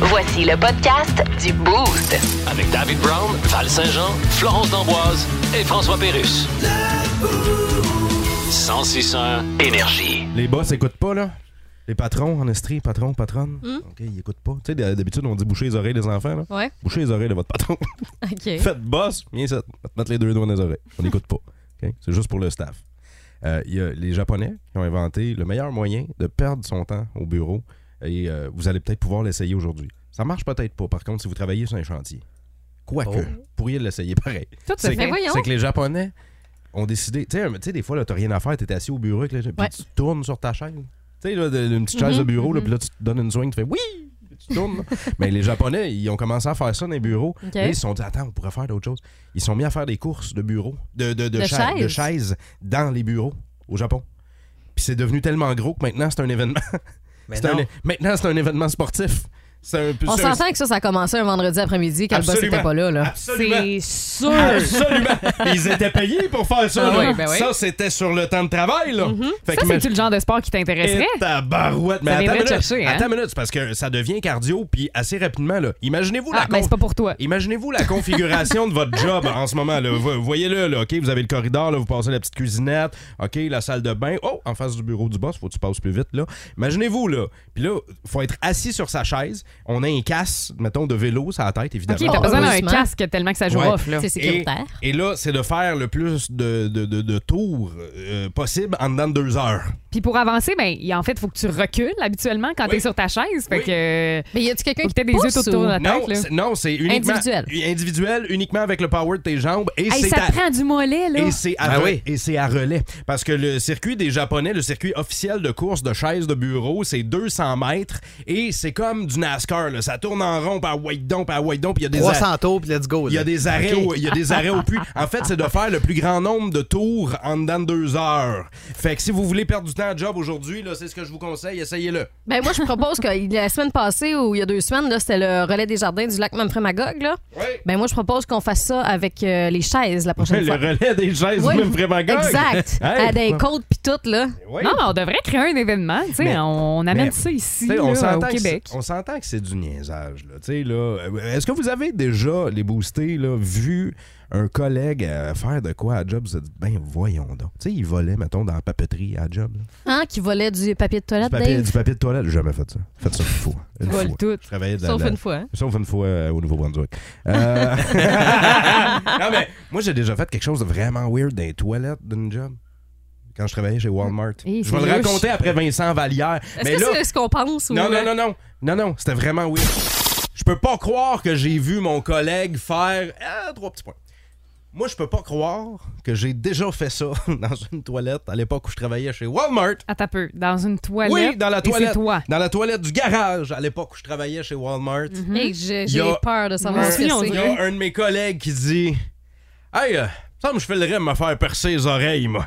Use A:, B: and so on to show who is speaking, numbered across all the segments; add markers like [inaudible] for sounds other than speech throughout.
A: Voici le podcast du Boost.
B: Avec David Brown, Val Saint-Jean, Florence D'Amboise et François Pérus. 1061 énergie.
C: Les boss écoutent pas, là? Les patrons en estrie, patrons, patronnes. OK, ils écoutent pas. Tu sais, d'hab- d'habitude, on dit boucher les oreilles des enfants, là.
D: Ouais, [laughs]
C: Boucher les oreilles de votre patron.
D: ok.
C: [laughs] Faites boss, viens ça. Mettre les deux doigts dans les oreilles. On n'écoute pas. OK? C'est juste pour le staff. Euh, Il y a les Japonais qui ont inventé le meilleur moyen de perdre son temps au bureau et euh, vous allez peut-être pouvoir l'essayer aujourd'hui. Ça marche peut-être pas, par contre, si vous travaillez sur un chantier. Quoique, vous pourriez l'essayer [laughs] pareil.
D: Tout à
C: C'est
D: fait.
C: que,
D: Ben Voyons.
C: c'est que les Japonais ont décidé. Tu sais, un- tu sais, des fois, là, t'as rien à faire, t'es assis au bureau, avec les gens, puis
D: Ouais. Mm-hmm,
C: tu tournes sur ta chaise. Tu sais, là, de- une petite chaise de bureau, là, puis là, tu te donnes une swing, tu fais oui, puis
D: [laughs]
C: tu tournes. Mais les Japonais, ils ont commencé à faire ça dans les bureaux.
D: Ok.
C: Là, ils se sont dit, attends, on pourrait faire d'autres choses. Ils se sont mis à faire des courses de bureaux, de, de, de,
D: De
C: cha- de
D: chaises.
C: chaises dans les bureaux au Japon. Puis c'est devenu tellement gros que maintenant, c'est un événement.
E: Mais
C: [laughs] C'est un-
E: non.
C: maintenant, c'est un événement sportif. C'est un peu
D: On
C: c'est un-
D: s'entend que ça, ça a commencé un vendredi après-midi quand le boss
C: Absolument.
D: n'était pas là. là.
C: Absolument.
D: C'est sûr.
C: Absolument. Ils étaient payés pour faire ça.
D: Ah
C: là.
D: oui, ben oui.
C: Ça, c'était sur le temps de travail. Là. Fait
F: Mhm. Ça,
C: que
F: c'est-tu le genre de sport qui t'intéresserait?
C: ta barouette. Mais
F: Ça
C: attends,
F: viendrait
C: une minute.
F: chercher, hein?
C: attends une minute, c'est parce que ça devient cardio, puis assez rapidement. là. Imaginez-vous la
F: Ah, mais
C: con-
F: c'est pas pour toi.
C: Imaginez-vous la configuration de votre job en ce moment. Là. Vo- Voyez-le, là, OK? Vous avez le corridor, là, vous passez la petite cuisinette, OK, la salle de bain. Oh, en face du bureau du boss, faut que tu passes plus vite, là. Imaginez-vous, là. Puis là, faut être assis sur sa chaise. On a un casse, mettons, de vélo sur la tête, évidemment.
F: Ok, t'as
D: Oh,
F: besoin d'un
D: heureusement.
F: casque tellement que ça joue
C: Ouais.
F: off, là.
D: C'est sécuritaire.
C: Et, et là, c'est de faire le plus de, de- de- de tours euh, possible en dedans de deux heures.
F: Puis pour avancer, ben, il- en fait, faut que tu recules habituellement quand
C: Oui.
F: t'es sur ta chaise. Fait
C: Oui.
F: que.
D: Mais y a-tu quelqu'un
F: Faut
D: qui
F: que t'aies des yeux
D: pousse
F: tout autour de
D: ou-
F: la
C: Non,
F: tête, là.
C: c'est- non, c'est uniquement
D: Individuel.
C: individuel, uniquement avec le power de tes jambes et
F: Hey,
C: c'est
F: ça
C: à-
F: prend du mollet, là.
C: Et c'est à,
E: Ah
C: re-
E: oui.
C: et c'est à relais. Parce que le circuit des Japonais, le circuit officiel de course de chaise de bureau, c'est 200 mètres et c'est comme du NASCAR. là. Ça tourne en rond, par white don, par white don, puis il y a des a-
E: 300 tours, puis let's go.
C: Il y
E: là.
C: a des arrêts, au, il y a des arrêts au puits. En fait, c'est de faire le plus grand nombre de tours en dedans de deux heures. Fait que si vous voulez perdre du temps à job aujourd'hui, là, c'est ce que je vous conseille. Essayez-le.
D: Ben moi, je propose que la semaine passée ou il y a deux semaines, là, c'était le relais des jardins du lac Manfred Magog. Là. Ben moi, je propose qu'on fasse ça avec euh, les chaises la prochaine
C: Le
D: fois.
C: relais des chaises,
D: Oui,
C: même vraiment
D: Exact.
C: [laughs] Hey.
D: À des côtes puis tout, là.
C: Oui.
F: Non, mais on devrait créer un événement, tu sais.
C: Mais-
F: On, on amène
C: mais-
F: ça ici,
C: T'sais, on
F: là, au
C: s'entend que
F: Québec.
C: c'est- on s'entend que c'est du niaisage. Là. T'sais, Là, euh, Est-ce que vous avez déjà, les boostés, là, vu un collègue euh, faire de quoi à job? Vous êtes dit, ben voyons donc. T'sais, il volait, mettons, dans la papeterie à job. là.
D: Hein, qui volait du papier de
C: Du
D: toilette,
C: papier,
D: Dave?
C: du papier de toilette, j'ai jamais fait ça. Faites ça une fois. Une
F: Vole
C: fois.
F: tout.
C: Je travaillais dans
D: Sauf
C: la-
D: une fois. hein.
C: Sauf une fois euh, au Nouveau-Brunswick. Euh, [laughs] non, mais moi, j'ai déjà fait quelque chose de vraiment weird dans les toilettes d'une job. Quand je travaillais chez Walmart.
F: Eh,
C: je
F: c'est
C: vais le
F: louche.
C: raconter après Vincent Vallière.
D: Est-ce
C: Mais
D: que
C: là,
D: c'est ce qu'on pense? ou-
C: non, non, non, non. Non, non, c'était vraiment weird. Je peux pas croire que j'ai vu mon collègue faire. Ah, trois petits points. Moi, je peux pas croire que j'ai déjà fait ça [laughs] dans une toilette à l'époque où je travaillais chez Walmart.
F: Attends un peu. Dans une toilette.
C: Oui, dans la
F: et
C: toilette.
F: C'est toi.
C: Dans la toilette du garage à l'époque où je travaillais chez Walmart.
D: Hey, j'ai
C: Il y
D: j'ai
C: a-
D: peur de savoir
F: Moi
D: ce que
F: aussi, Mhm. on
D: c'est.
C: Il y a un de mes collègues qui dit Hey, euh, ça me je filerais me faire percer les oreilles, moi.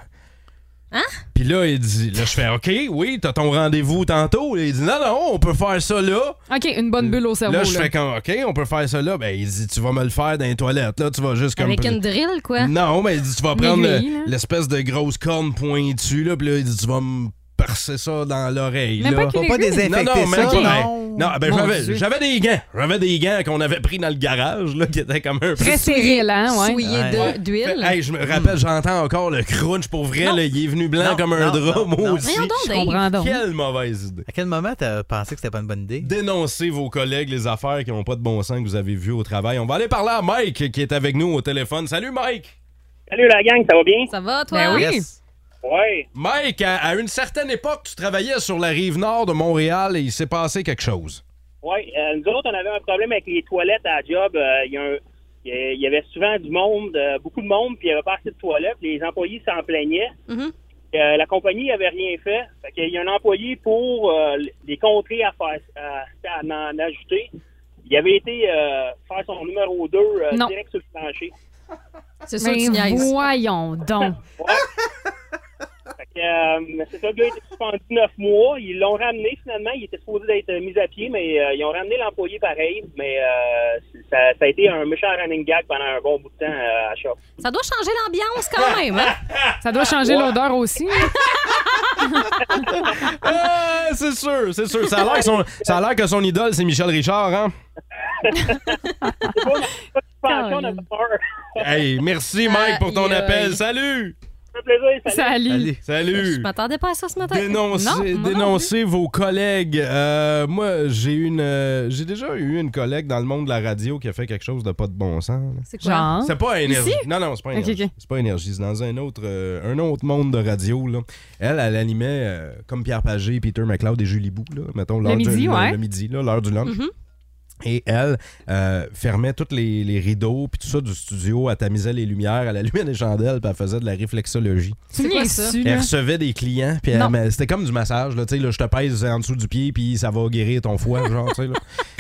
D: Hein?
C: Puis là, il dit Là, je fais OK, oui, t'as ton rendez-vous tantôt. Et il dit Non, non, on peut faire ça là.
F: OK, une bonne bulle au cerveau. Là,
C: là, je fais comme OK, on peut faire ça là. Ben, il dit Tu vas me le faire dans les toilettes. Là, tu vas juste comme.
D: Avec une drill, quoi.
C: Non, mais il dit Tu vas
F: Une
C: prendre
F: aiguille,
C: le-
F: là.
C: l'espèce de grosse corne pointue, là. Puis là, il dit Tu vas me percer ça dans l'oreille.
F: Même
C: là.
F: pas
E: Faut
F: qu'il
E: pas
F: aiguille.
E: désinfecter
C: Non, non,
E: ça.
C: même pas. Non, ben,
F: Mon
C: j'avais,
F: Dieu.
C: j'avais des gants. J'avais des gants qu'on avait pris dans le garage, là, qui étaient comme un peu
F: Très stérile, hein, ouais.
D: Souillé
E: Ouais.
D: de-
E: Ouais.
D: d'huile.
C: Hey, je me rappelle, j'entends encore le crunch pour vrai. Là, il est venu blanc
E: Non,
C: comme
E: non,
C: un drap,
E: non,
C: moi
E: non.
C: aussi.
D: Voyons donc,
F: Je
D: Dave.
F: comprends donc.
C: Quelle mauvaise idée.
E: À quel moment t'as pensé que c'était pas une bonne idée?
C: Dénoncez vos collègues les affaires qui n'ont pas de bon sens que vous avez vues au travail. On va aller parler à Mike qui est avec nous au téléphone. Salut Mike!
G: Salut la gang, ça va bien?
D: Ça va, toi?
F: Ben oui.
G: Ouais.
C: Mike, à, à une certaine époque, tu travaillais sur la rive nord de Montréal et il s'est passé
D: [laughs]
C: quelque chose.
G: Ouais. Euh, nous autres, on avait un problème avec les toilettes à la job. Euh, Il y, a un- il y a- il y avait souvent du monde, euh, beaucoup de monde, puis il n'y avait pas assez de toilettes. puis Les employés s'en plaignaient.
D: Mhm.
G: Euh, la compagnie n'avait rien fait. fait il y a un employé pour euh, les contrer à, faire, à- à en ajouter. Il avait été euh, faire son numéro 2 euh,
F: Non.
G: direct sur le plancher.
D: C'est sûr que tu
F: Mais
D: niaises.
F: Ben, voyons donc.
G: Fait que, euh, c'est ça, le gars a été suspendu neuf mois. Ils l'ont ramené finalement. Il était supposé d'être mis à pied, mais euh, ils ont ramené l'employé pareil. Mais euh, c'est- ça, ça a été un méchant running gag pendant un bon bout de temps euh, à Shop.
D: Ça doit changer l'ambiance quand même.
C: [laughs]
D: hein?
F: Ça doit changer l'odeur aussi. hein,
D: [laughs]
C: Ah, c'est sûr, c'est sûr. Ça a l'air que son, ça a l'air que son idole, c'est Michel Richard, hein?
G: Suspension, on a peur.
C: Hey, merci, Mike, pour ton
D: Aïe, aïe.
C: appel. Salut!
G: Ça fait plaisir. salut.
F: Salut.
E: Allez.
D: Je
C: Salut!
D: m'attendais pas à ça ce matin.
C: Dénoncez,
D: Non, moi non
C: dénoncez vos collègues. Euh, moi, j'ai une, euh, j'ai déjà eu une collègue dans le monde de la radio qui a fait quelque chose de pas de bon sens. là.
D: C'est quoi?
F: Genre.
C: C'est pas énergie. Non, non, c'est pas
F: Ah. Ok,
C: énergie.
F: ok.
C: C'est pas énergie. C'est dans un autre, euh, un autre monde de radio. Là. Elle, elle animait euh, comme Pierre Pagé, Peter McLeod et Julie Bou, là, mettons, l'heure du-
F: midi,
C: le-
F: ouais.
C: le midi, là, l'heure du lunch. Et elle euh, fermait tous les, les rideaux, puis tout ça du studio, elle tamisait les lumières, elle allumait des chandelles, puis elle faisait de la réflexologie.
F: Tu
D: quoi
F: niaises
D: ça?
F: dessus,
C: Elle
F: là.
C: recevait des clients, puis elle-
F: Non.
C: mais c'était comme du massage, là, tu sais, là, je te pèse en dessous du pied, puis ça va guérir ton foie, genre, tu
F: [laughs]
C: sais, là.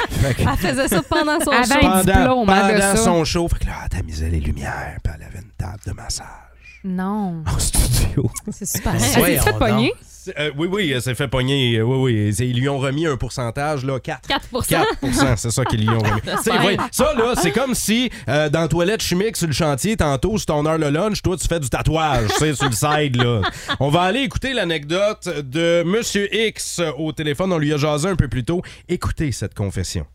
C: Fait que-
D: Elle faisait ça pendant son
F: Avant,
D: show.
F: un Ah, diplôme, hein, de
C: pendant
F: ça.
C: son show. Fait que là, elle tamisait les lumières, puis elle avait une table de massage
F: Non.
C: en [laughs] studio.
D: [laughs] C'est super.
E: Ouais.
F: Elle s'est fait
E: on
F: pogner.
C: euh, oui, oui, elle s'est fait pogner. euh, Oui, oui. C'est- Ils lui ont remis un pourcentage, là, 4.
D: 4
C: 4 c'est ça qu'ils lui ont remis. Tu sais, ouais, ça, là, c'est comme si euh, dans la toilette chimique sur le chantier, tantôt, c'est ton heure le lunch, toi, tu fais du tatouage, tu sais, sur le side, là. On va aller écouter l'anecdote de Monsieur X euh, au téléphone. On lui a jasé un peu plus tôt. Écoutez cette confession.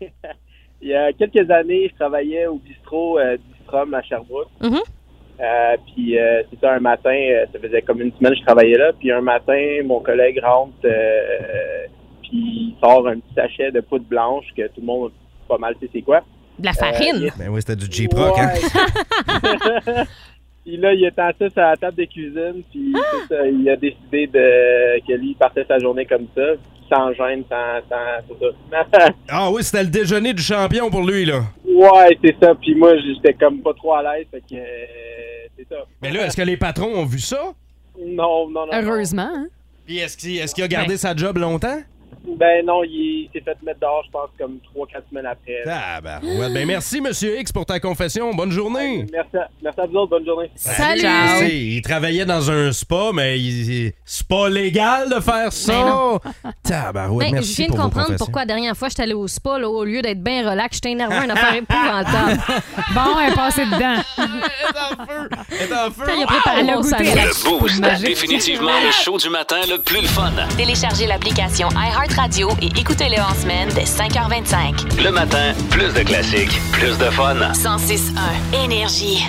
G: Euh, [laughs] il y a quelques années, je travaillais au bistrot euh, du Strom à Sherbrooke.
D: Mhm.
G: Euh, puis euh, c'est ça, un matin, euh, ça faisait comme une semaine que je travaillais là. Puis un matin, mon collègue rentre, euh, euh, puis il sort un petit sachet de poudre blanche que tout le monde pas mal sait c'est quoi. Euh,
D: De la farine.
C: Ben oui, c'était du J-Proc, hein?
G: Ouais. [laughs] Puis là, il était assis à la table de cuisine, puis c'est ça, il a décidé de, que lui, il partait sa journée comme ça, sans gêne, sans, sans tout ça. [laughs]
C: Ah oui, c'était le déjeuner du champion pour lui, là.
G: Ouais, c'est ça. Puis moi, j'étais comme pas trop à l'aise, fait que euh, c'est ça.
C: Mais là, est-ce que les patrons ont vu ça?
G: Non, non, non. non.
F: Heureusement. hein.
C: Puis est-ce qu'il est-ce qu'il a gardé sa job longtemps?
G: Ben non, il s'est fait mettre dehors, je pense, comme 3-4 semaines après.
C: Ah, ben, ben merci, Monsieur X, pour ta confession. Bonne journée.
G: Merci à, merci à vous autres, bonne journée.
D: Salut.
C: Tu sais, Il travaillait dans un spa, mais il- il- c'est pas légal de faire
D: Ben
C: ça. [laughs] Tabarouette,
D: Ben,
C: merci
D: je viens de
C: pour vos
D: comprendre
C: confessions.
D: pourquoi la dernière fois, j'étais allée au spa, là, au lieu d'être bien relax, j'étais énervé une affaire épouvantable.
F: Bon, elle est passée dedans.
C: Elle est en feu.
D: Quand il a préparé
F: Elle a
D: mon
F: goûté à
D: salade.
F: la-
B: Le Boost.
F: Magique.
B: Définitivement le show du matin le plus le fun.
A: Téléchargez l'application iHeartRadio et écoutez-le en semaine dès 5h25.
B: Le matin, plus de classiques, plus de fun.
A: 106.1 Énergie.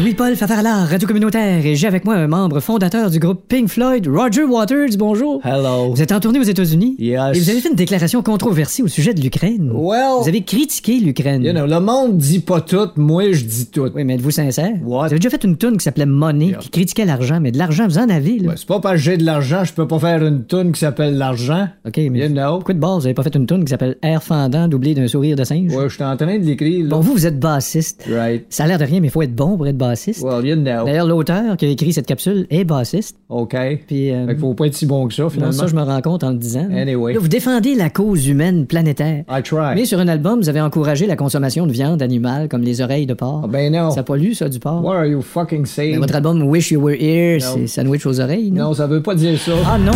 H: Louis-Paul Favarla, radio communautaire, et j'ai avec moi un membre fondateur du groupe Pink Floyd, Roger Waters. Bonjour.
I: Hello.
H: Vous êtes en tournée aux États-Unis
I: Yes.
H: et vous avez fait une déclaration controversée au sujet de l'Ukraine.
I: Well,
H: Vous avez critiqué l'Ukraine.
I: you know, le monde dit pas tout, moi je dis tout.
H: Oui, mais êtes-vous sincère?
I: What?
H: Vous avez déjà fait une tune qui s'appelait Money, qui critiquait l'argent, mais de l'argent, vous en avez, là.
I: Ouais, c'est pas parce que j'ai de l'argent, Ah, je peux pas faire une toune qui s'appelle l'argent.
H: OK, mais
I: You know.
H: pourquoi de base, vous avez pas fait une tune qui s'appelle Air fendant, doublé d'un sourire de singe?
I: Ouais, je suis en train de l'écrire. là.
H: Bon, vous, vous êtes bassiste.
I: Right.
H: Ça a l'air de rien, mais faut être bon pour être bassiste.
I: Well, you know.
H: D'ailleurs, l'auteur qui a écrit cette capsule est bassiste.
I: OK.
H: Puis, euh,
I: Fait qu'il faut pas être si bon que ça,
H: Non,
I: finalement.
H: ça, je me rends compte en le disant. là.
I: Anyway.
H: Là, vous défendez la cause humaine planétaire.
I: I try.
H: Mais sur un album, vous avez encouragé la consommation de viande animale, comme les oreilles de porc.
I: Ah, ben
J: oh.
I: non.
H: Ça pollue, ça, du porc.
I: What are you fucking
H: Mais
C: Ben,
I: saying?
H: votre album Wish You Were Here,
I: Non.
H: c'est sandwich aux oreilles, non?
I: Non, ça veut pas dire ça.
H: Ah non?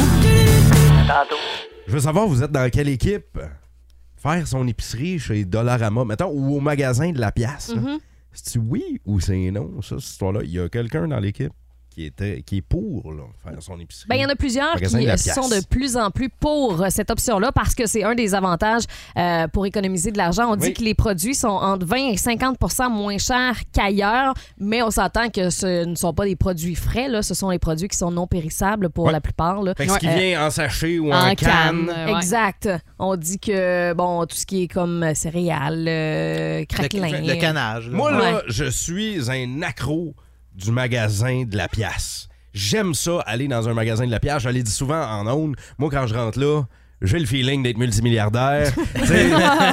C: Je veux savoir, vous êtes dans quelle équipe? Faire son épicerie chez Dollarama, mettons, ou au magasin de la pièce. là.
D: Mm-hmm.
C: C'est-tu oui ou c'est non, ça, cette histoire-là? Il y a quelqu'un dans l'équipe qui, était, qui est pour là, faire son épicerie.
D: Ben, il y en a plusieurs qui
C: Magasin de la
D: euh,
C: pièce.
D: sont de plus en plus pour euh, cette option-là parce que c'est un des avantages euh, pour économiser de l'argent. On
C: Oui.
D: dit que les produits sont entre 20 et 50 moins chers qu'ailleurs, mais on s'entend que ce ne sont pas des produits frais. Là. Ce sont les produits qui sont non périssables pour
C: Ouais.
D: la plupart. Là.
C: Fait que ce qui
D: Euh,
C: vient en sachet ou en,
F: En
C: canne.
F: canne. ouais.
D: Exact. On dit que, bon, tout ce qui est comme euh, céréales, euh, craquelins.
E: Le, le canage. là.
C: Moi, là, je suis un accro du magasin de la pièce. J'aime ça, aller dans un magasin de la pièce. Je l'ai dit souvent en ondes. Moi, quand je rentre là, j'ai le feeling
F: [laughs]
C: d'être multimilliardaire. Tu sais,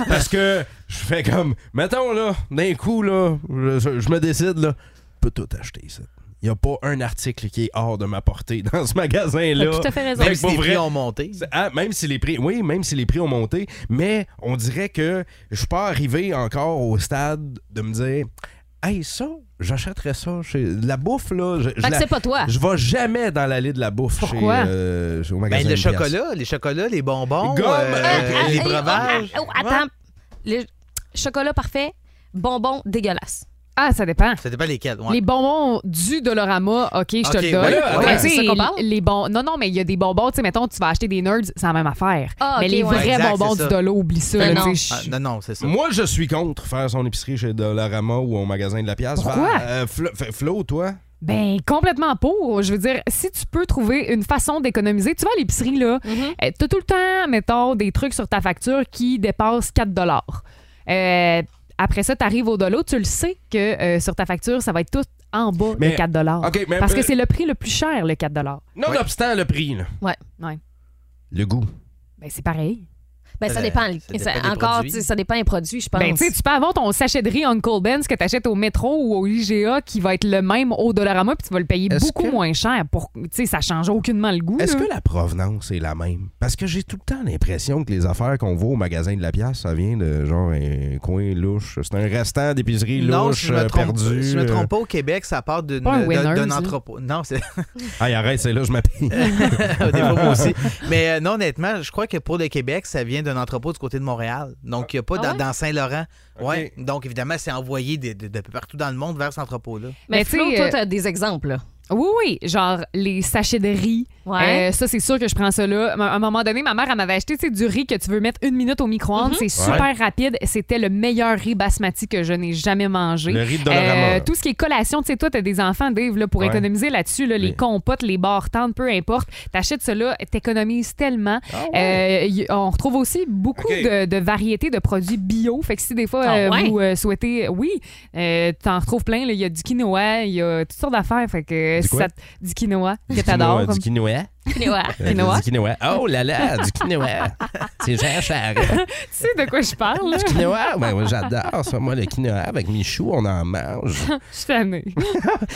C: parce que je fais comme, mettons, là, d'un coup, là, je, je me décide, là, je peux tout acheter, ça. Il n'y a pas un article qui est hors de ma portée dans ce magasin-là.
D: T'as tout à fait raison.
F: Ben,
C: Mais
E: Même si
C: pour
E: les
C: vrai,
E: prix ont monté.
C: c'est- ah, même si les prix, oui, même si les prix ont monté, mais on dirait que je suis pas arrivé encore au stade de me dire, hey ça, j'achèterais ça, chez... la bouffe là, je, je
D: Fait que
C: la-
D: c'est pas toi.
C: je vais jamais dans l'allée de la bouffe chez,
F: Pourquoi?
C: euh, chez- au magasin.
E: Ben, le
C: Une pièce.
E: chocolat, les chocolats, les bonbons,
C: Gomme,
E: euh,
C: hein,
E: les
D: Ah,
E: breuvages.
D: ah, ah, ah, attends. Le chocolat parfait, bonbon dégueulasse.
F: Ah, ça dépend.
E: C'était pas lesquels. ouais.
F: Les bonbons du Dolorama, OK, je te
E: Ok,
F: le donne.
E: ouais, ouais,
F: Mais
E: ouais.
F: tu sais,
D: C'est ça qu'on parle?
F: les bons Non, non, mais il y a des bonbons, tu sais, mettons, tu vas acheter des nerds, c'est la même affaire.
D: Ah,
F: mais
D: ok,
F: les
D: ouais.
F: vrais
E: Exact,
F: bonbons
E: c'est
F: du
E: ça.
F: Dolo, oublie ça.
D: Ben
F: là,
D: non.
F: tu sais,
E: Ah,
F: je-
E: non, non, c'est ça.
C: Moi, je suis contre faire son épicerie chez Dollarama ou au magasin de la pièce.
F: Pourquoi?
C: Val, euh, Flo, f- Flo, toi?
F: Ben, complètement pour. Je veux dire, si tu peux trouver une façon d'économiser, tu vas à l'épicerie, là, euh, t'as tout le temps, mettons, des trucs sur ta facture qui dépassent 4 Euh, Après ça, t'arrives au Dolo, tu le sais que euh, sur ta facture, ça va être tout en bas
C: Mais-
F: de 4
C: OK, mais-
F: Parce
C: mais-
F: que c'est le prix le plus cher, le 4
C: Nonobstant le prix, là.
D: Ouais.
F: Ouais.
C: Le goût.
F: Ben, c'est pareil.
D: Ben, ça
E: Euh,
D: dépend.
E: ça dépend
D: ça-
E: des
D: encore,
E: produits.
D: tu sais, ça dépend des produits, je pense.
F: Ben, tu sais, tu peux avoir ton sachet de riz Uncle Ben's que t'achètes au métro ou au IGA qui va être le même au Dollarama, puis tu vas le payer
C: Est-ce
F: beaucoup
C: que-
F: moins cher. Pour... Tu sais, ça change aucunement le goût.
C: Est-ce
E: Mmh.
F: là.
C: que la provenance est la même? Parce que j'ai tout le temps l'impression que les affaires qu'on voit au magasin de la pièce, ça vient de genre un coin louche. C'est un restant d'épicerie
E: Non,
C: louche
E: si je me
C: euh,
E: trompe,
C: perdu.
E: si je me trompe pas, au Québec, ça part d'une-
F: Pas un
E: d'un
F: Winners,
E: d'un
F: là.
E: entrepôt. Non, c'est [laughs]
C: Hey, arrête, c'est là, je m'appelle.
E: des fois, moi aussi. Mais euh, non, honnêtement, je crois que pour le Québec, ça vient d'un entrepôt du côté de Montréal. Donc, il n'y a pas
D: Ah
E: dans,
D: ouais?
E: dans Saint-Laurent.
C: Ok.
E: Ouais. Donc, évidemment, c'est envoyé de, de- de partout dans le monde vers cet entrepôt-là.
D: mais
F: Mais
C: ben,
D: Flo,
F: tu sais,
D: toi,
F: euh,
D: t'as des exemples, là.
F: Oui, oui, genre les sachets de riz.
D: Ouais.
F: Euh, ça, c'est sûr que je prends ça là. À un moment donné, ma mère, elle m'avait acheté tu sais, du riz que tu veux mettre une minute au micro-ondes. C'est super rapide. C'était le meilleur riz basmati que je n'ai jamais mangé.
C: Le riz de Dollarama.
F: Euh, tout ce qui est collation, tu sais, toi, t'as des enfants, Dave, là, pour
C: Ouais.
F: économiser là-dessus, là, les
C: Oui.
F: compotes, les bartendes, peu importe. T'achètes cela, t'économises tellement.
C: Ah
F: Euh, y- on retrouve aussi beaucoup
C: Ok.
F: de, de variétés de produits bio. Fait que si des fois,
D: Ah
F: euh,
D: ouais?
F: vous euh, souhaitez, oui, euh, t'en retrouves plein. là. Il y a du quinoa, il y a toutes sortes d'affaires. Fait que
C: Du
F: si
C: quoi?
F: ça te- du quinoa que t'adores.
C: Du quinoa. [laughs]
D: Quinoa.
C: Euh,
F: Quinoa?
C: Du quinoa. Oh là là, du quinoa. C'est genre cher.
F: Tu sais de quoi je
C: [laughs]
F: parle? là?
C: Du quinoa, ben, ouais, j'adore ça. Moi, le quinoa avec mes choux, on
E: [laughs]
C: en mange.
F: Je suis tannée.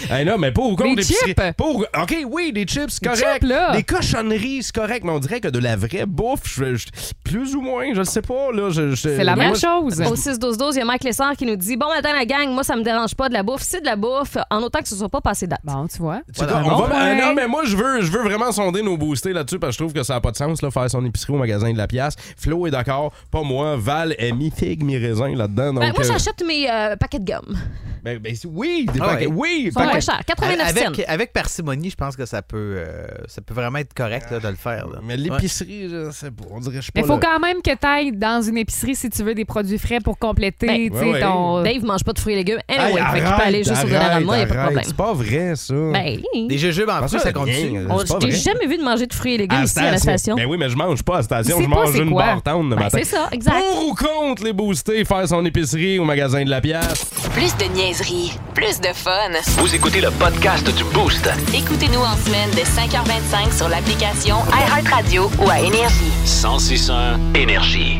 C: Hey, non, mais pas au compte
F: Des
C: d'épicerie.
F: chips.
C: Pas au- OK, oui, des chips, c'est
F: Des
C: correct.
F: chips,
D: Ah.
F: là.
C: Des cochonneries, c'est correct, mais on dirait que de la vraie bouffe, je- je- plus ou moins, je le sais pas. Là, je- je-
F: C'est la
C: moi,
F: même
C: Ben, je-
F: chose.
D: Au 6-12-12, il y a Mike Lessard qui nous dit Bon matin, la gang, moi, ça me dérange pas de la bouffe. C'est de la bouffe, en autant que ce soit pas passé date.
F: Bon, tu vois.
C: Tu
E: Voilà,
C: vois,
F: un
C: on
F: bon
C: va-
F: point.
C: euh, non, mais moi, je veux, je veux vraiment sonder nos boostés là-dessus parce que je trouve que ça n'a pas de sens, là, faire son épicerie au magasin de la pièce. Flo est d'accord, pas moi. Val est mi-figue, mi-raisin là-dedans.
D: Ben,
C: donc,
D: moi,
C: euh,
D: j'achète mes euh, paquets de gomme.
C: ben, ben, c'est- oui, des
E: Ah
C: paquets-
E: ouais.
C: oui,
D: Ils sont moins
C: paquets-
D: chers. 89
E: Avec,
D: cents.
E: avec parcimonie, je pense que ça peut, euh, ça peut vraiment être correct là, de le faire. là.
C: Mais
E: Ouais.
C: l'épicerie, je sais pas, on dirait que je suis pas
F: Mais faut
C: là.
F: quand même que t'ailles dans une épicerie si tu veux des produits frais pour compléter
D: Ben,
F: tu
C: ouais,
F: sais,
C: ouais.
E: euh,
F: ton.
D: Dave mange pas de fruits et légumes. Anyway, fait
C: Hey,
D: qu'il peut
C: arrête,
D: aller juste au Dollarama, il a pas de
C: arrête,
D: problème.
C: C'est pas vrai, ça.
D: Ben,
E: Des jujubes en
C: Ah,
E: plus,
C: ça,
E: ça continue.
C: bien,
D: on-
C: c'est pas
D: je t'ai
C: vrai.
D: jamais vu de manger de fruits et légumes
C: la
D: ici à la station.
C: Ben oui, mais je mange pas à la station,
F: C'est
C: je
F: pas
C: mange
F: c'est
C: une
F: quoi.
C: bartende le
D: Ben,
C: matin.
D: c'est ça, exact.
C: Pour ou contre les boostés, faire son épicerie au magasin de la pièce.
A: Plus de niaiserie, plus de fun.
B: Vous écoutez le podcast du Boost.
A: Écoutez-nous en semaine de 5h25 sur l'application iHeartRadio ou à Énergie.
B: 1061 Énergie.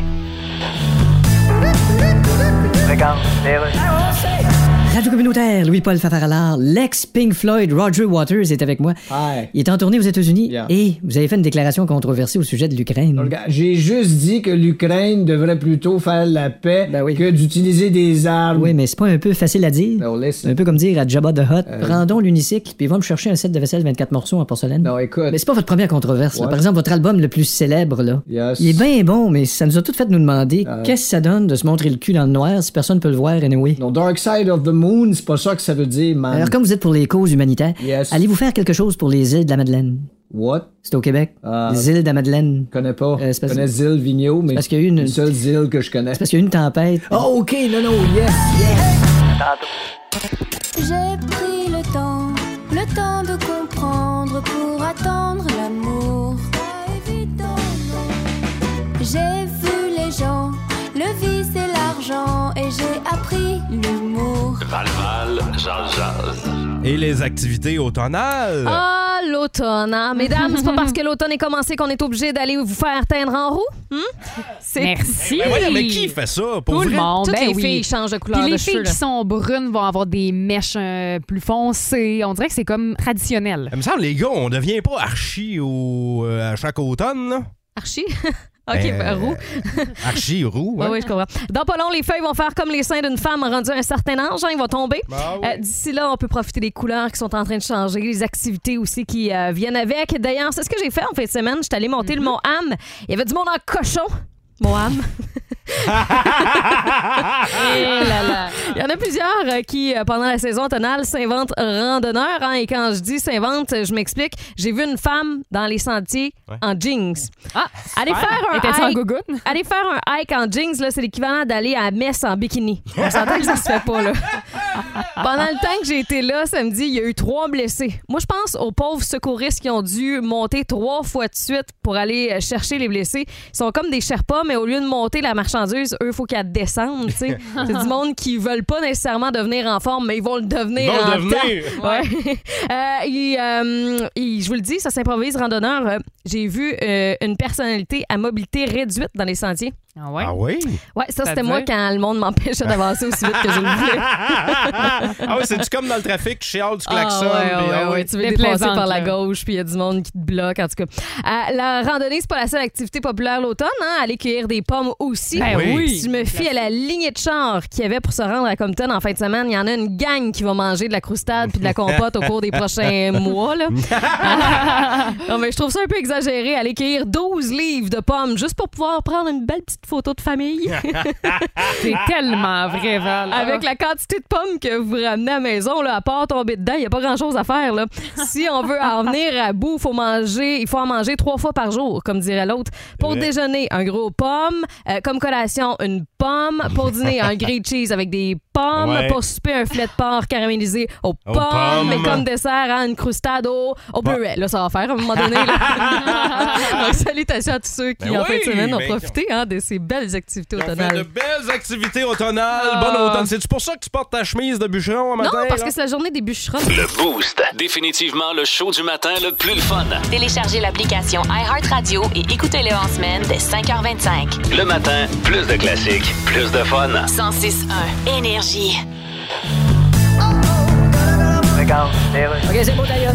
H: Radio communautaire, Louis-Paul Favaralard, l'ex Pink Floyd Roger Waters est avec moi.
I: Hey.
H: Il est en tournée aux États-Unis
I: Yeah.
H: et vous avez fait une déclaration controversée au sujet de l'Ukraine.
I: Regarde, J'ai juste dit que l'Ukraine devrait plutôt faire la paix
H: Ben oui.
I: que d'utiliser des armes.
H: Oui, mais c'est pas un peu facile à dire.
I: No,
H: C'est un
I: listen.
H: peu comme dire à Jabba the Hutt,
I: Euh.
H: rendons l'unicycle puis va me chercher un set de vaisselle 24 morceaux en porcelaine.
I: Non, écoute.
H: Mais c'est pas votre première controverse. là.
I: Ouais.
H: Par exemple, votre album le plus célèbre, là.
I: Yes.
H: Il est bien bon, mais ça nous a tout fait nous demander
I: Ah.
H: qu'est-ce que ça donne de se montrer le cul dans le noir si personne peut le voir, anyway.
I: Non, Dark Side of the Moon, c'est pas ça que ça veut dire, man.
H: Alors, comme vous êtes pour les causes humanitaires,
I: Yes.
H: allez-vous faire quelque chose pour les îles de la Madeleine?
I: What?
H: C'est au Québec?
I: Ah.
H: Les îles de la Madeleine.
I: Je connais pas.
H: Euh, c'est
I: je
H: parce-
I: connais Zil Vigneault, mais
H: parce qu'il y a eu une-
I: les seules îles que je connais.
H: C'est parce qu'il y a eu une tempête.
I: Oh, OK, non, non, yes, yes.
K: J'ai pris le temps, le temps de comprendre pour attendre l'amour. J'ai vu les gens, le vice et l'argent, et j'ai appris l'humour.
B: Val Val, Jazz Jazz.
C: Et les activités automnales.
D: Ah, l'automne, hein? Mesdames, c'est pas parce que l'automne est commencé qu'on est obligé d'aller vous faire teindre en roux. hein? C'est-
F: Merci.
C: Ben voyons, mais qui fait ça? Pour
F: Tout
C: vrai?
F: le monde.
D: Toutes
F: ben
D: les
F: oui.
D: filles changent de couleur
F: Puis les
D: de
F: filles
D: cheveux, là.
F: qui sont brunes vont avoir des mèches euh, plus foncées. On dirait que c'est comme traditionnel.
C: Il me semble, les gars, on devient pas archi au, euh, à chaque automne, là.
D: Archie? OK,
C: Ben,
D: ben, roux.
C: Archi roux.
D: [laughs] Oui,
C: hein?
D: oui, je comprends. Dans pas long, les feuilles vont faire comme les seins d'une femme rendue à un certain âge. hein, ils vont tomber. Euh, D'ici là, on peut profiter des couleurs qui sont en train de changer, les activités aussi qui euh, viennent avec. D'ailleurs, c'est ce que j'ai fait en fin de semaine. Je suis allée monter le mont Ham. Il y avait du monde en cochon. Mont Ham.
C: Ah,
D: Il y en a plusieurs euh, qui, euh, pendant la saison automnale, s'inventent randonneurs. hein, et quand je dis s'inventent, euh, je m'explique. J'ai vu une femme dans les sentiers
F: Ouais.
D: en jeans. Ah, allez
F: super.
D: faire un
F: Était-tu en
D: hike-
F: gougoune?
D: Aller faire un hike en jeans, là, c'est l'équivalent d'aller à Metz en bikini. On s'entend que ça se fait pas, là. Pendant le temps que j'ai été là, samedi, il y a eu trois blessés. Moi, je pense aux pauvres secouristes qui ont dû monter trois fois de suite pour aller euh, chercher les blessés. Ils sont comme des Sherpas, mais au lieu de monter la marchandise, eux, il faut qu'elle descende. tu
L: [laughs]
D: sais. C'est du monde qui veulent pas nécessairement devenir en forme, mais ils vont le devenir
L: Ils vont
D: en
L: le devenir.
D: temps. Ouais. Euh, il, euh, il- je vous le dis, ça s'improvise randonneur. Euh, J'ai vu euh, une personnalité à mobilité réduite dans les sentiers.
F: Ah ouais?
C: Ah oui?
D: Ouais, ça, c'était
C: C'est-à-dire?
D: moi quand le monde m'empêchait d'avancer aussi vite que je le
C: [laughs]
D: voulais.
C: ah oui, c'est-tu comme dans le trafic, tu chiales, tu klaxonnes?
D: Ah ouais,
C: puis-
D: ouais,
C: ah
D: ouais,
C: oui.
D: Tu veux dépasser par la gauche, puis il y a du monde qui te bloque, en tout cas. Euh, la randonnée, c'est pas la seule activité populaire l'automne. Hein? Aller cueillir des pommes aussi.
F: Ben Oui. oui.
D: Si je me fie à la lignée de chars qu'il y avait pour se rendre à Compton en fin de semaine, il y en a une gang qui va manger de la croustade puis de la compote au cours des prochains mois. Là. [laughs] non, mais je trouve ça un peu exagéré. Aller cueillir 12 livres de pommes juste pour pouvoir prendre une belle petite photo de famille.
F: C'est tellement vrai, Val.
C: Ah.
D: Avec la quantité de pommes que vous ramenez à la maison, là, à part tomber dedans, il n'y a pas grand-chose à faire.
C: [laughs]
D: Là. Si on veut en venir à bout, faut manger, il faut en manger trois fois par jour, comme dirait l'autre. Pour
L: Vrai.
D: déjeuner, un gros pomme. Euh, comme collation, une pomme. Pour dîner, un
C: [laughs]
D: grilled cheese avec des pommes.
L: Ouais.
D: Pour souper, un filet de porc caramélisé aux
L: Aux
D: pommes.
L: pommes.
D: Et comme dessert, hein, une croustade au, au beurre. Là, ça va faire à un moment donné.
C: [laughs]
D: là. Donc, salutations à tous ceux qui,
C: Ben
D: en fin de
C: oui,
D: semaine, ont
C: ben,
D: profité hein, de ces belles activités
C: On fait de
D: automnales.
C: belles activités automnales.
D: Ah.
C: Bon automne. C'est-tu pour ça que tu portes ta chemise de bûcheron un
D: Non,
C: matin?
D: parce
C: là?
D: que c'est la journée des
C: [laughs]
D: bûcherons.
B: Le Boost. Définitivement le show du matin le plus le fun.
A: Téléchargez l'application iHeartRadio et écoutez-le en semaine dès 5h25.
B: Le matin, plus de classiques, plus de fun.
A: 106.1 Énergie.
L: OK, c'est bon, d'ailleurs.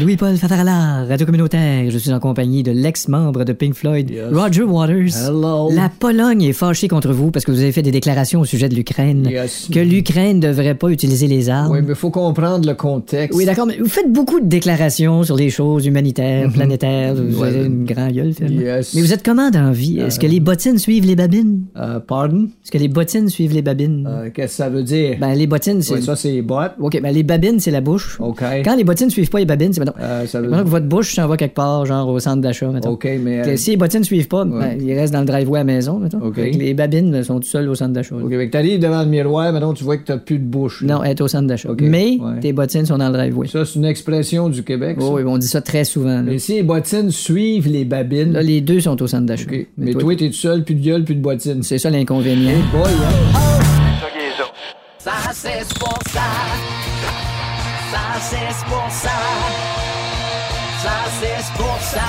H: Louis-Paul Favarala, radio communautaire. Je suis en compagnie de l'ex-membre de Pink Floyd, Roger Waters.
I: Hello.
H: La Pologne est fâchée contre vous parce que vous avez fait des déclarations au sujet de l'Ukraine.
I: Yes.
H: Que l'Ukraine ne devrait pas utiliser les armes.
I: Oui, mais faut comprendre le contexte.
H: Oui, d'accord, mais vous faites beaucoup de déclarations sur les choses humanitaires,
I: Mhm.
H: planétaires. Vous
I: Ouais.
H: avez une grande gueule, finalement.
I: Yes. Euh,
H: Mais vous êtes comment dans la vie? Est-ce que les bottines suivent les babines? pardon? Est-ce que les bottines suivent les babines?
I: Euh,
H: Qu'est-ce que ça veut dire? Ben, les bottines, c'est...
I: Ouais, ça, c'est les bottes.
H: OK, ben les babines, c'est la bouche.
I: OK. Euh,
H: Quand les bottines suivent pas les babines, c'est maintenant.
I: ça veut-
H: que votre bouche s'en va quelque part, genre au centre d'achat, mettons.
I: OK, mais...
H: Que
I: euh,
H: si les bottines suivent pas, ben,
I: Ouais.
H: ils restent dans le driveway à la maison, mettons.
I: OK.
H: Fait que les babines elles sont tout seules au centre d'achat.
I: OK, fait que t'arrives devant le miroir, maintenant tu vois que t'as plus de bouche.
H: Non, elle est au centre d'achat.
I: OK,
H: Mais
I: ouais.
H: tes bottines sont dans le driveway.
I: Ça, c'est une expression du Québec. ça.
H: Oh, oui, on dit ça très souvent. là.
I: Mais si les bottines suivent les babines...
H: Là, les deux sont au centre d'achat.
I: Mais, toi, t'es tout seul, plus de gueule, plus de bottines.
H: C'est ça l'inconvénient.
L: Ça, c'est pour ça. Ça, c'est pour ça. Ça, c'est pour ça.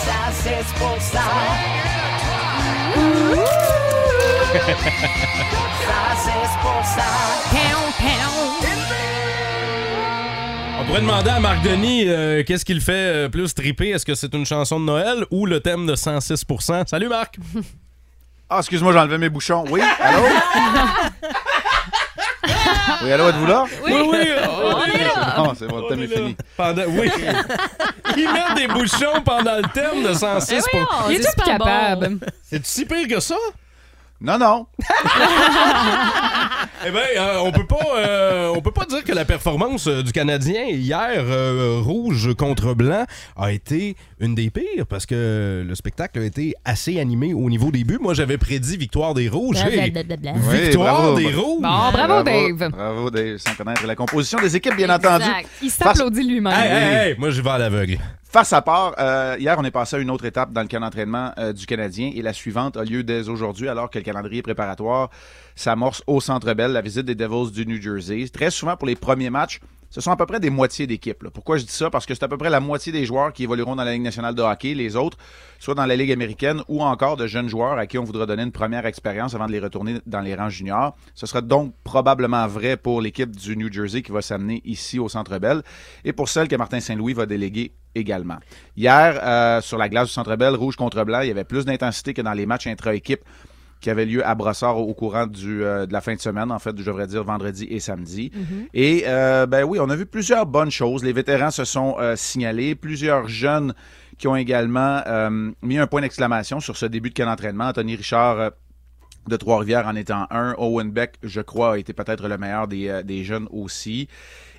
L: Ça, c'est pour ça. Ça, c'est pour ça.
C: On pourrait demander à Marc Denis euh, qu'est-ce qu'il fait euh, plus triper. Est-ce que c'est une chanson de Noël ou le thème de 106 Salut Marc!
M: Ah, excuse-moi, j'ai enlevé mes bouchons. Oui, allô?
H: [laughs]
M: oui, allô, êtes-vous là?
C: Oui, Ben oui, on est là.
M: Non, Ah, c'est bon, le thème est fini.
C: Pendant...
D: [laughs]
C: Oui! Il met des bouchons pendant le thème de 106
M: Ben voyons, Il est c'est tout super capable. bon.
C: C'est-tu si pire que ça?
M: Non, non.
C: Eh bien, on peut pas, euh, on peut pas dire que la performance euh, du Canadien hier, euh, rouge contre blanc, a été une des pires parce que le spectacle a été assez animé au niveau des buts. Moi, j'avais prédit victoire des rouges. Hey,
M: Blablabla.
C: victoire
M: Oui, bravo.
C: des rouges.
F: Bon, bravo, Dave.
M: Bravo, Dave, sans connaître la composition des équipes, bien entendu.
F: Il s'applaudit lui-même.
C: Hey, hey, hey, moi, j'y vais à l'aveugle.
M: Face à part, euh, hier, on est passé à une autre étape dans le camp d'entraînement euh, du Canadien et la suivante a lieu dès aujourd'hui, alors que le calendrier préparatoire s'amorce au Centre Bell, la visite des Devils du New Jersey. Très souvent, pour les premiers matchs, ce sont à peu près des moitiés d'équipes. là. Pourquoi je dis ça? Parce que c'est à peu près la moitié des joueurs qui évolueront dans la Ligue nationale de hockey, les autres, soit dans la Ligue américaine ou encore de jeunes joueurs à qui on voudra donner une première expérience avant de les retourner dans les rangs juniors. Ce sera donc probablement vrai pour l'équipe du New Jersey qui va s'amener ici au Centre Bell et pour celle que Martin Saint-Louis va déléguer également. Hier, euh, sur la glace du Centre Bell, rouge contre blanc, il y avait plus d'intensité que dans les matchs intra-équipes qui avaient lieu à Brossard au, au courant du, euh, de la fin de semaine, en fait, je devrais dire vendredi et samedi.
N: Mhm.
M: Et euh, ben oui, on a vu plusieurs bonnes choses. Les vétérans se sont euh, signalés, plusieurs jeunes qui ont également euh, mis un point d'exclamation sur ce début de camp d'entraînement. Anthony Richard euh, de Trois-Rivières en étant un. Owen Beck, je crois, a été peut-être le meilleur des, euh, des jeunes aussi.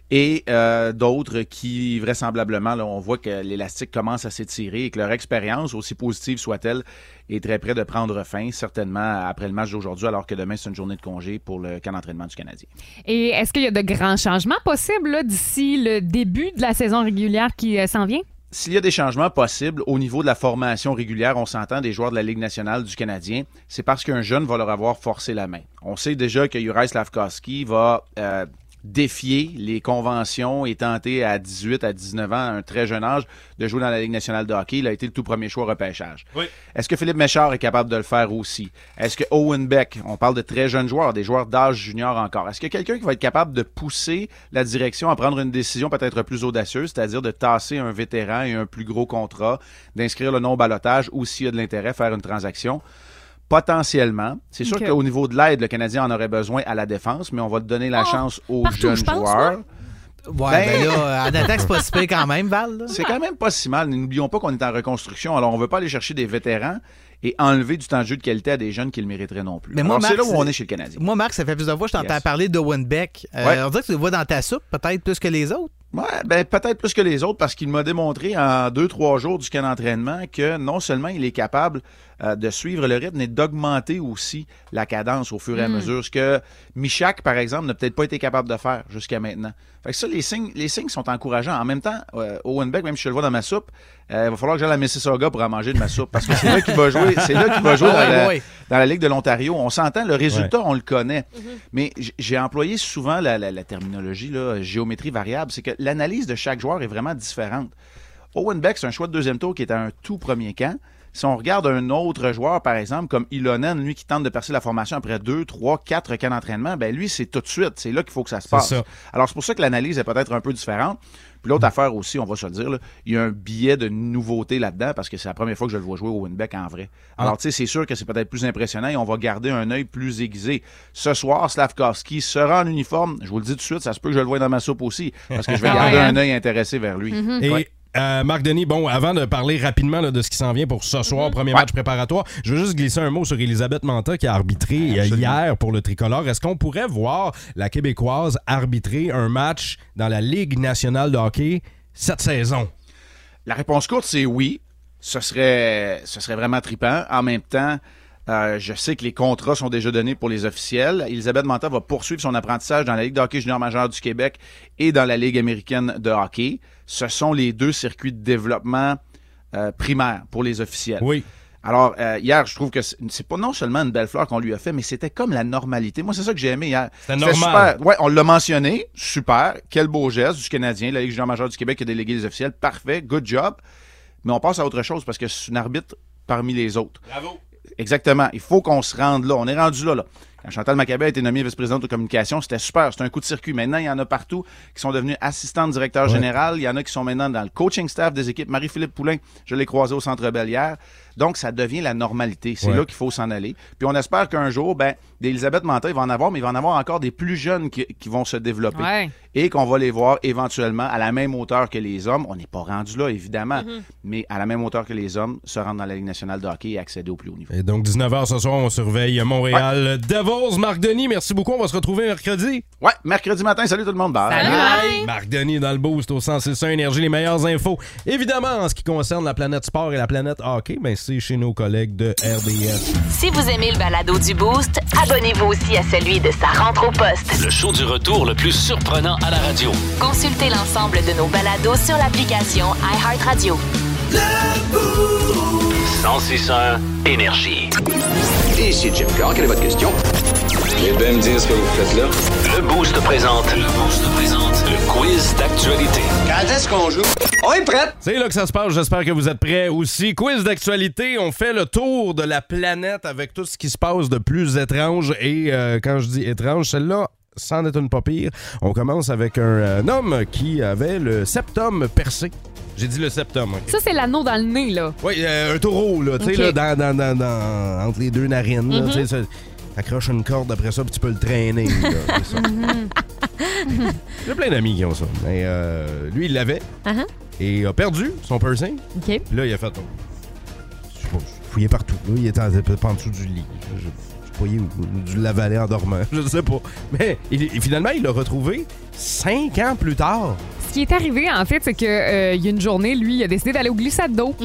M: Et euh, d'autres qui, vraisemblablement, là, on voit que l'élastique commence à s'étirer et que leur expérience, aussi positive soit-elle, est très près de prendre fin, certainement après le match d'aujourd'hui, alors que demain, c'est une journée de congé pour le camp d'entraînement du Canadien.
F: Et est-ce qu'il y a de grands changements possibles là, d'ici le début de la saison régulière qui euh, s'en vient?
M: S'il y a des changements possibles au niveau de la formation régulière, on s'entend des joueurs de la Ligue nationale du Canadien, c'est parce qu'un jeune va leur avoir forcé la main. On sait déjà que Juraj Slavkovski va euh, défier les conventions et tenter à 18, à 19 ans, à un très jeune âge, de jouer dans la Ligue nationale de hockey. Il a été le tout premier choix au repêchage. Est-ce que Philippe Méchard est capable de le faire aussi? Est-ce que Owen Beck, on parle de très jeunes joueurs, des joueurs d'âge junior encore, est-ce que quelqu'un qui va être capable de pousser la direction à prendre une décision peut-être plus audacieuse, c'est-à-dire de tasser un vétéran et un plus gros contrat, d'inscrire le nom au balotage ou s'il y a de l'intérêt, faire une transaction? Potentiellement. C'est sûr
N: Ok.
M: qu'au niveau de l'aide, le Canadien en aurait besoin à la défense, mais on va donner la chance
N: Ah,
M: aux
N: partout,
M: jeunes
N: je pense,
M: joueurs.
N: ouais.
E: Ouais, ben là, en attaque, c'est pas si pire quand même, Val.
M: C'est quand même pas si mal. N'oublions pas qu'on est en reconstruction, alors on veut pas aller chercher des vétérans et enlever du temps de jeu de qualité à des jeunes qui le mériteraient non plus.
E: Mais moi,
M: Alors, c'est là
E: Marc,
M: où on est chez le Canadien.
E: Moi, Marc, ça fait plusieurs fois que je t'entends
M: Yes.
E: parler d'Owen Beck. Euh,
M: Ouais.
E: On dirait que tu le vois dans ta soupe, peut-être plus que les autres.
M: Ouais, ben, peut-être plus que les autres parce qu'il m'a démontré en deux, trois jours du camp d'entraînement que non seulement il est capable euh, de suivre le rythme et d'augmenter aussi la cadence au fur et à
N: Mm.
M: mesure. Ce que Michak, par exemple, n'a peut-être pas été capable de faire jusqu'à maintenant. Fait que ça, les signes, les signes sont encourageants. En même temps, euh, Owen Beck, même si je le vois dans ma soupe, euh, il va falloir que j'aille à Mississauga pour en manger de ma soupe parce que c'est là qu'il va jouer. C'est là qu'il va jouer dans,
E: Ah Ouais,
M: la,
E: ouais.
M: dans la Ligue de l'Ontario. On s'entend, le résultat, on le connaît.
E: Mhm.
M: Mais j- j'ai employé souvent la, la- la terminologie là, géométrie variable. C'est que l'analyse de chaque joueur est vraiment différente. Owen Beck, c'est un choix de deuxième tour qui est à un tout premier camp. Si on regarde un autre joueur, par exemple, comme Ilonen, lui qui tente de percer la formation après deux, trois, quatre camps d'entraînement, ben lui, c'est tout de suite. C'est là qu'il faut que ça se
C: C'est
M: passe.
C: ça. Mm.
M: Alors, c'est pour ça que l'analyse est peut-être un peu différente. Puis l'autre affaire aussi, on va se le dire, là, il y a un billet de nouveauté là-dedans parce que c'est la première fois que je le vois jouer au Winbeck en vrai.
C: Ah.
M: Alors, tu sais, c'est sûr que c'est peut-être plus impressionnant et on va garder un œil plus aiguisé. Ce soir, Slavkovski sera en uniforme. Je vous le dis tout de suite, ça se peut que je le voie dans ma soupe aussi parce que je vais
C: Ah ouais,
M: garder
C: hein?
M: un œil intéressé vers lui.
C: Mhm.
M: Ouais.
C: Et euh, Marc Denis, bon, avant de parler rapidement là, de ce qui s'en vient pour ce
M: Mm-hmm.
C: soir, premier match préparatoire, je veux juste glisser un mot sur Elisabeth Manta qui a arbitré euh, hier pour le tricolore. Est-ce qu'on pourrait voir la Québécoise arbitrer un match dans la Ligue nationale de hockey cette saison?
M: La réponse courte, c'est oui. Ce serait, ce serait vraiment trippant. En même temps, euh, je sais que les contrats sont déjà donnés pour les officiels. Elisabeth Manta va poursuivre son apprentissage dans la Ligue de hockey junior majeure du Québec et dans la Ligue américaine de hockey. Ce sont les deux circuits de développement euh, primaire pour les officiels.
C: Oui.
M: Alors, euh, hier, je trouve que c'est c'est pas non seulement une belle fleur qu'on lui a fait, mais c'était comme la normalité. Moi, c'est ça que j'ai aimé hier.
C: C'était normal.
M: super. Ouais, on l'a mentionné. Super. Quel beau geste du Canadien. La Ligue junior majeure du Québec qui a délégué les officiels. Parfait. Good job. Mais on passe à autre chose parce que c'est une arbitre parmi les autres.
C: Bravo.
M: Exactement. Il faut qu'on se rende là. On est rendu là, là. Quand Chantal Maccabé a été nommée vice-présidente de communication, c'était super. C'était un coup de circuit. Maintenant, il y en a partout qui sont devenus assistants de directeur général. Il y en a qui sont maintenant dans le coaching staff des équipes. Marie-Philippe Poulain, je l'ai croisé au Centre Bell hier. Donc, ça devient la normalité. C'est
C: Ouais.
M: là qu'il faut s'en aller. Puis on espère qu'un jour, ben, d'Elisabeth Manta, il va en avoir, mais il va en avoir encore des plus jeunes qui, qui vont se développer.
N: Ouais.
M: Et qu'on va les voir éventuellement à la même hauteur que les hommes. On n'est pas rendu là, évidemment,
N: Mhm.
M: mais à la même hauteur que les hommes, se rendre dans la Ligue nationale de hockey et accéder au plus haut niveau.
C: Et donc, 19h ce soir, on surveille Montréal. Devos, Marc Denis, merci beaucoup. On va se retrouver mercredi.
M: Ouais, mercredi matin. Salut tout le monde. Bye.
C: Marc Denis dans le boost au 161 Énergie, les meilleures infos. Évidemment, en ce qui concerne la planète sport et la planète hockey, ben, c'est chez nos collègues de RDS.
A: Si vous aimez le balado du Boost, abonnez-vous aussi à celui de sa rentre au poste.
B: Le show du retour le plus surprenant à la radio.
A: Consultez l'ensemble de nos balados sur l'application iHeartRadio.
B: 1061 Énergie.
O: Ici Jim Carr, quelle est votre question?
N: Eh bien, me dire ce que vous faites là.
B: Le Boost présente. Le Boost présente. Le quiz d'actualité. Quand est-ce qu'on joue? On est prêt!
C: C'est là que ça se passe. J'espère que vous êtes prêts aussi. Quiz d'actualité. On fait le tour de la planète avec tout ce qui se passe de plus étrange. Et euh, quand je dis étrange, celle-là. C'en est une pas pire. On commence avec un, euh, un homme qui avait le septum percé. J'ai dit le septum. ok.
F: Ça, c'est l'anneau dans le nez, là.
C: Oui, euh, un taureau, là, tu sais,
F: Ok.
C: là, dans, dans, dans, dans- entre les deux narines. là,
F: Mhm.
C: tu sais, ça- T'accroches une corde après ça, puis tu peux le traîner.
F: [laughs]
C: là. C'est ça. J'ai plein d'amis qui ont ça. Mais euh, lui, il l'avait
F: Uh-huh.
D: Ah, ah.
C: et il a perdu son piercing.
D: OK.
C: Puis là, il a fait. oh, Je sais pas, je fouillais partout. Là, il était en, peut-être en dessous du lit. Je, je fouillais ou, ou du lavaler en dormant. [laughs] Je sais pas. Mais il- il- finalement, il l'a retrouvé cinq ans plus tard.
F: Ce qui est arrivé, en fait, c'est que euh, il y a une journée, lui, il a décidé d'aller au glissade d'eau.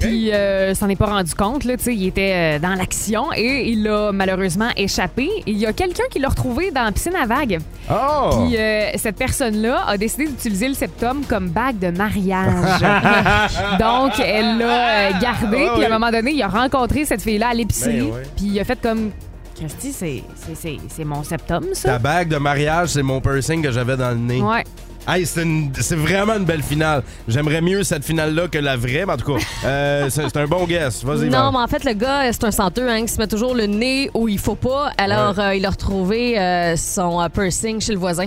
F: Puis, euh, il s'en est pas rendu compte, là, tu sais, il était euh, dans l'action et il a malheureusement échappé. Et Il y a quelqu'un qui l'a retrouvé dans la piscine à vagues.
C: Oh!
F: Puis,
L: Ah.
F: euh, cette personne-là a décidé d'utiliser le septum comme bague de
L: [laughs]
F: mariage. Donc, elle l'a euh, gardé.
L: Ah
F: puis, à
L: oui.
F: un moment donné, il a rencontré cette fille-là à l'épicerie.
C: Ben ouais.
F: Puis, il a fait comme Christy, c'est- c'est- c'est c'est mon septum, ça.
C: Ta bague de mariage, c'est mon piercing que j'avais dans le nez.
F: Ouais.
C: Hey, c'est une- c'est vraiment une belle finale. J'aimerais mieux cette finale-là que la vraie, mais en tout cas, euh, c'est c'est un bon guess. Vas-y,
D: Non,
C: Val.
D: mais en fait, le gars, c'est un senteux hein, qui se met toujours le nez où il faut pas. Alors, euh, il a retrouvé euh, son euh, piercing chez le voisin.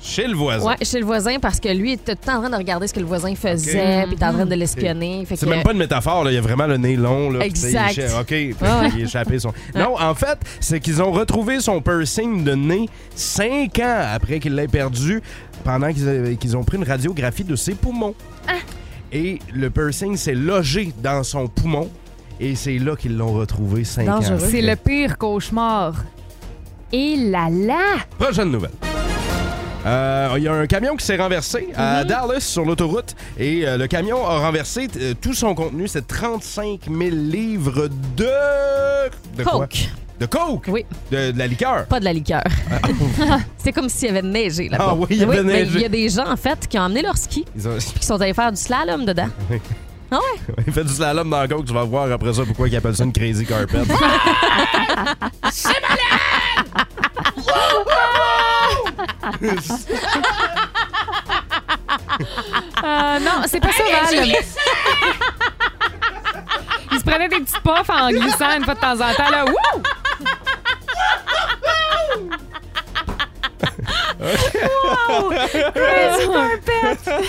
C: Chez le voisin.
D: Ouais, chez le voisin, parce que lui, il était tout le temps en train de regarder ce que le voisin faisait,
C: Ok.
D: puis il était en train de
C: Mhm.
D: l'espionner. Fait
C: C'est
D: que-
C: même pas une métaphore, là. il y a vraiment le nez long. Là, puis, tu sais,
D: Exact.
C: il écha- OK, puis
D: Ouais,
C: il
D: [laughs] ouais.
C: a échappé son... Non, en fait, c'est qu'ils ont retrouvé son piercing de nez cinq ans après qu'il l'ait perdu, pendant qu'ils avaient- qu'ils ont pris une radiographie de ses poumons.
D: Ah.
C: Et le piercing s'est logé dans son poumon, et c'est là qu'ils l'ont retrouvé cinq ans. après.
F: C'est le pire cauchemar. Et là là!
C: Prochaine nouvelle. Euh, Il y a un camion qui s'est renversé à Dallas sur l'autoroute et euh, le camion a renversé euh, tout son contenu, c'est 35 000 livres de... De quoi?
D: Coke.
C: De coke?
D: Oui.
C: De, de la liqueur?
D: Pas de la liqueur. [laughs] c'est comme s'il y avait neigé là-bas.
C: Ah oui, il y avait
D: mais
C: neigé.
D: Il y a des gens, en fait, qui ont emmené leur ski,
C: Ils ont... [laughs]
D: puis qui sont allés faire du slalom dedans. Ah ouais?
C: Il fait du slalom dans la coke, tu vas voir après ça pourquoi ils appellent ça une crazy carpet.
F: Euh, non, c'est pas ça, Val. [laughs] Il se prenait des petits puffs en glissant une fois de temps en temps. Là. Wouh! Wow! Crazy carpet!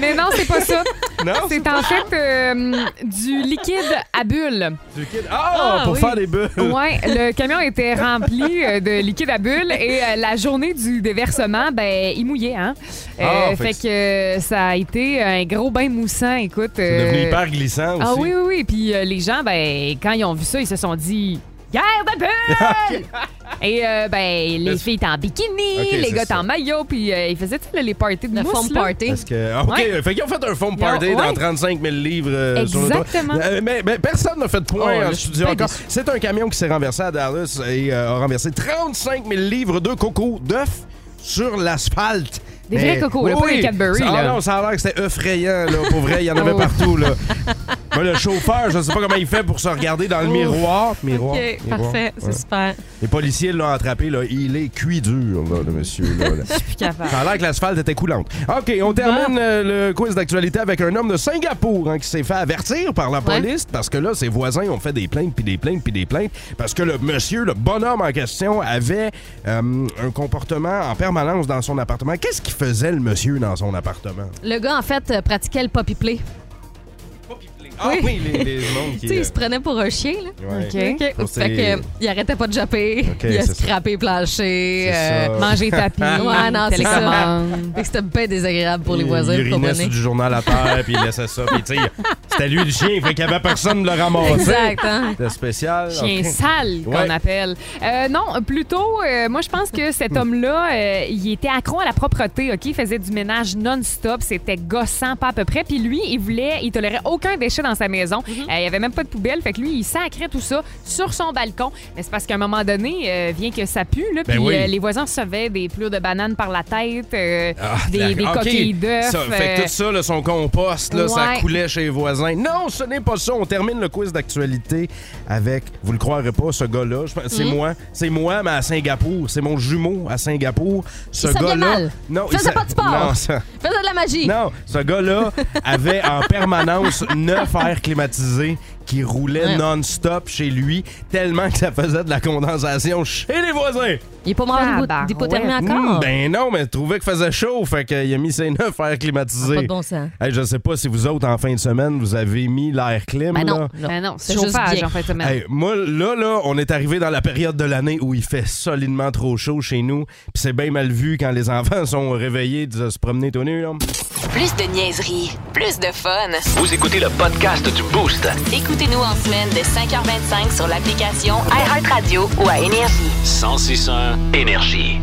F: Mais non, c'est pas ça.
C: Non,
F: [laughs] c'est en fait euh, du liquide à bulles.
C: Du liquide- Ah, pour faire des bulles.
F: Ouais, le camion était rempli euh, de liquide à bulles et euh, la journée du déversement, ben, il mouillait, hein. Euh,
C: Ah,
F: fait,
C: fait
F: que euh, ça a été un gros bain moussant, écoute.
C: C'est devenu
F: euh,
C: hyper glissant aussi.
F: Ah oui, oui, oui. Puis euh, les gens, ben, quand ils ont vu ça, ils se sont dit Guerre de
C: [laughs] Ah,
F: bulles! Et euh, ben, les filles étaient en bikini,
C: Ok,
F: les
C: c'est
F: gars étaient
C: ça.
F: en maillot, puis euh, ils faisaient tu sais, là, les parties de
D: Le
F: mousse.
D: foam
F: là.
D: party.
C: Parce que, ah, OK,
F: Ouais.
C: fait qu'ils ont fait un foam
F: Ils ont-
C: party
F: ouais.
C: dans 35 000 livres euh, sur le toit.
F: Exactement.
C: Euh, mais, mais personne n'a fait de point
F: Oh, là,
C: en
F: je suis
C: studio
F: bien
C: encore.
F: déçu.
C: C'est un camion qui s'est renversé à Dallas et euh, a renversé 35 000 livres de coco d'œufs sur l'asphalte.
F: Des vrais cocos, là, pas des Cadbury,
C: Ah
F: là.
C: non, ça a l'air que c'était effrayant, là. Pour vrai, il y en avait
F: Oh.
C: partout, là. Mais le chauffeur, je sais pas comment il fait pour se regarder dans
F: Oh.
C: le
D: Ouf.
C: miroir. Miroir.
D: OK,
C: miroir,
D: parfait, c'est
C: ouais.
D: super.
C: Les policiers l'ont attrapé, là. Il est cuit dur, là, le monsieur, là, là.
D: [laughs] Je suis capable.
C: Ça a l'air que l'asphalte était coulante. OK, on termine euh, le quiz d'actualité avec un homme de Singapour hein, qui s'est fait avertir par la
D: Ouais.
C: police parce que là, ses voisins ont fait des plaintes, puis des plaintes, puis des plaintes, parce que le monsieur, le bonhomme en question, avait euh, un comportement en permanence dans son appartement. Qu'est-ce qu'il faisait, le monsieur, dans son appartement?
D: Le gars, en fait, euh, pratiquait le poppy play.
C: Ah
D: Oui.
C: oui, les, les mondes qui... euh,
D: Tu sais, il se prenait pour un chien, là.
C: Ouais.
D: OK.
C: Pour
D: Fait
C: ses-
D: que, euh, il arrêtait pas de japper,
C: OK,
D: il a
C: c'est ça.
D: scrappé le plancher,
C: C'est ça.
F: Manger tapis,
D: ouais, non, c'est ça.
F: télécommande.
D: Fait que c'était bien désagréable pour les
C: Il-
D: voisins,
C: Il
D: vous
C: urinait
D: comprenez?
C: sur du journal à terre, puis il laissait ça. Puis, tu sais, c'était lui le chien, fait qu'il n'y avait personne de le ramasser.
F: Exact, hein.
C: C'était spécial.
F: Chien
C: Ok.
F: sale qu'on
C: Ouais.
F: appelle. Euh, non, plutôt, euh, moi je pense que cet
C: Hmm.
F: homme-là, euh, il était accro à la propreté, ok. Il faisait du ménage non-stop, c'était gossant pas à peu près. Puis lui, il voulait, il tolérait aucun déchet dans sa maison. Euh, il y avait même pas de poubelle, fait que lui, il sacrait tout ça sur son balcon. Mais c'est parce qu'à un moment donné, euh, vient que ça pue, là,
C: Ben
F: puis
C: oui.
F: euh, les voisins recevaient des plures de bananes par la tête, euh,
C: Ah,
F: des,
C: la-
F: des
C: OK.
F: coquilles d'œufs.
C: Ça, Fait que
F: euh,
C: tout ça, là, son compost, là, ça
F: Ouais.
C: coulait chez les voisins. scène. Non, ce n'est pas ça. On termine le quiz d'actualité avec, vous le croirez pas, ce gars-là. Je pense- C'est
D: Mhm.
C: moi. C'est moi, mais à Singapour. C'est mon jumeau à Singapour. Ce
D: Il s'habillait mal.
C: Non, il
D: Faisait
C: s'a-
D: pas de sport.
C: Non, ça-
D: Faisait de la magie.
C: [laughs] non, ce gars-là avait en permanence neuf airs climatisés qui roulaient
D: Ouais.
C: non-stop chez lui, tellement que ça faisait de la condensation chez les voisins.
D: Il est pas mort d'hypo- d'hypothermie encore.
C: Mm, ben non, mais il trouvait que faisait chaud, fait qu'il a mis ses neuf airs climatisés.
D: Ah, Pas de bon sens.
C: Hey, je sais pas si vous autres, en fin de semaine, vous avez mis l'air clim.
F: Ben non,
C: là.
F: non. Ben non, c'est
D: C'est juste
F: chauffage
D: bien.
F: en fait. semaine.
C: Hey, moi, là, là, on est arrivé dans la période de l'année où il fait solidement trop chaud chez nous. Puis c'est bien mal vu quand les [laughs] enfants sont réveillés de se promener tout nu. là.
A: Plus de niaiserie, plus de fun.
B: Vous écoutez le podcast du Boost.
A: Écoutez-nous en semaine de 5h25 sur l'application iHeartRadio ou à Énergie.
B: 1061 Énergie.